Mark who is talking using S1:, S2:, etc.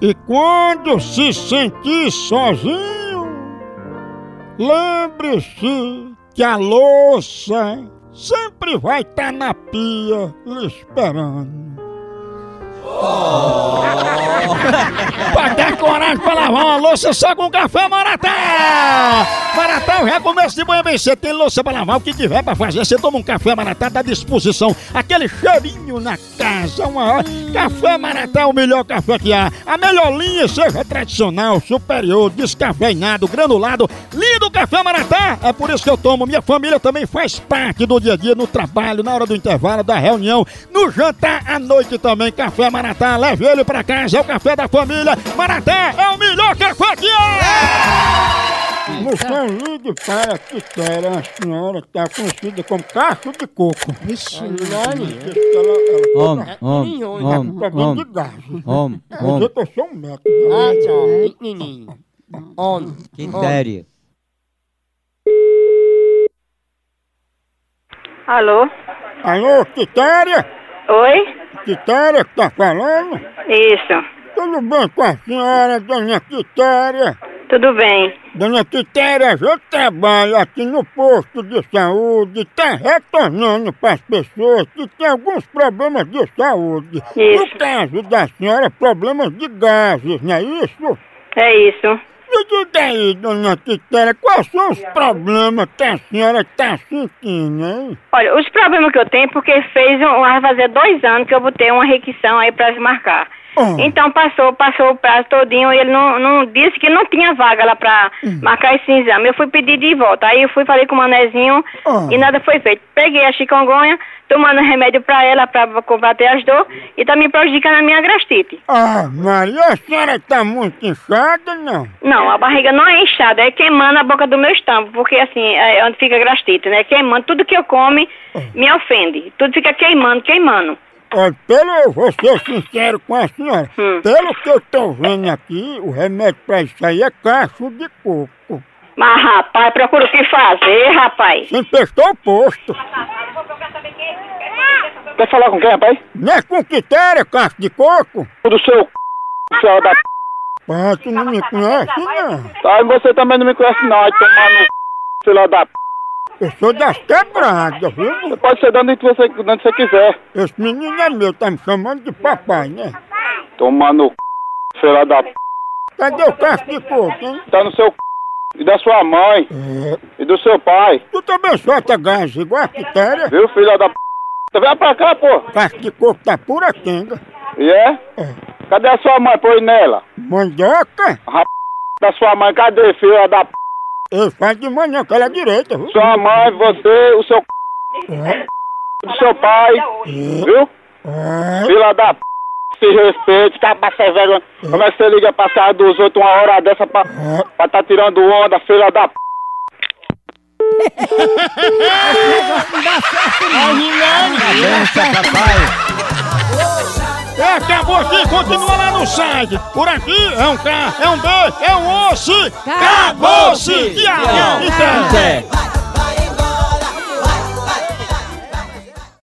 S1: E quando se sentir sozinho, lembre-se que a louça sempre vai estar na pia lhe esperando. pra ter coragem pra lavar uma louça só com café Maratá! Maratá, já começo de manhã bem cedo, tem louça pra lavar, o que tiver pra fazer, você toma um café Maratá, tá à disposição. Aquele cheirinho na casa, uma hora. Café Maratá é o melhor café que há. A melhor linha, seja tradicional, superior, descafeinado, granulado, lindo café Maratá! É por isso que eu tomo, minha família também faz parte do dia a dia, no trabalho, na hora do intervalo, da reunião, no jantar, à noite também, café Maratá, leve ele pra casa, é o café da família. Maratá é o melhor café que é! Moção ligue para a Quitéria, a senhora que está conhecida como cacho de coco. Isso. Ela,
S2: Homem, homem, homem,
S1: ela tá bem de
S2: homem,
S1: gajo.
S2: homem,
S1: Mas eu
S2: homem.
S1: tô só um método.
S3: Ah, tchau. Pequenininho. On.
S2: Quitéria.
S4: Alô?
S1: Alô, Quitéria?
S4: Oi?
S1: Quitéria que tá falando?
S4: Isso.
S1: Tudo bem com a senhora, dona Quitéria?
S4: Tudo bem.
S1: Dona Quitéria, eu trabalho aqui no posto de saúde, tá retornando para as pessoas que têm alguns problemas de saúde.
S4: Isso.
S1: No caso da senhora, problemas de gases, não é isso?
S4: É isso.
S1: Me diga aí, dona Quitéria, quais são os problemas que a senhora está sentindo, hein?
S4: Olha, os problemas que eu tenho, é porque fez um, vai fazer dois anos que eu botei uma requisição aí pra desmarcar.
S1: Ah.
S4: Então passou, passou o prazo todinho e ele não, não disse que não tinha vaga lá pra marcar esse exame. Eu fui pedir de volta. Aí eu fui, falei com o manezinho
S1: Ah.
S4: e nada foi feito. Peguei a chikungunya, tomando remédio pra ela pra combater as dores e tá me prejudicando a minha gastrite.
S1: Ah, Maria, a senhora está muito inchada, não?
S4: Não, a barriga não é inchada, é queimando a boca do meu estômago, porque assim, é onde fica a gastrite, né? Queimando, tudo que eu come me ofende. Tudo fica queimando, queimando.
S1: Olha, É, pelo, eu vou ser sincero com a senhora,
S4: Hum.
S1: pelo que eu estou vendo aqui, o remédio para isso aí é cacho de coco.
S4: Mas, rapaz, procura o que fazer, rapaz.
S1: Você emprestou o posto.
S5: Quer falar com quem, rapaz?
S1: Não é com quitéria, cacho de coco?
S5: Do seu c... seu da p...
S1: Pá, tu não me conhece, não.
S5: Tá, e você também não me conhece não, vai tomar no c... filho da p...
S1: Eu sou das quebradas,
S5: Você
S1: viu?
S5: pode ser dando onde você, de onde você quiser.
S1: Esse menino é meu, tá me chamando de papai, né?
S5: Tomar no c... filho da p...
S1: Cadê o cacho de coco, hein?
S5: Tá no seu c... e da sua mãe,
S1: É.
S5: e do seu pai.
S1: Tu também solta gás igual a quitéria?
S5: Viu, filho da p... Tá vem pra cá, pô.
S1: Cacho de coco tá pura quenga.
S5: E é?
S1: É.
S5: Cadê a sua mãe, pô, nela?
S1: Mandioca?
S5: Da sua mãe, cadê, filho da p...
S1: Eu faço de manhã, que ela é direita, viu?
S5: Sua mãe, você, o seu c... do seu pai. Viu?
S1: É.
S5: Fila da p... se respeite, capa sem vergonha. Como é que você liga pra sair dos outros uma hora dessa pra, pra tá tirando onda, fila da p...
S1: É, acabou aqui, continua lá no site. Por aqui é um K, é um B, é um osso. Acabou-se! E aí, então?
S2: Quitéria.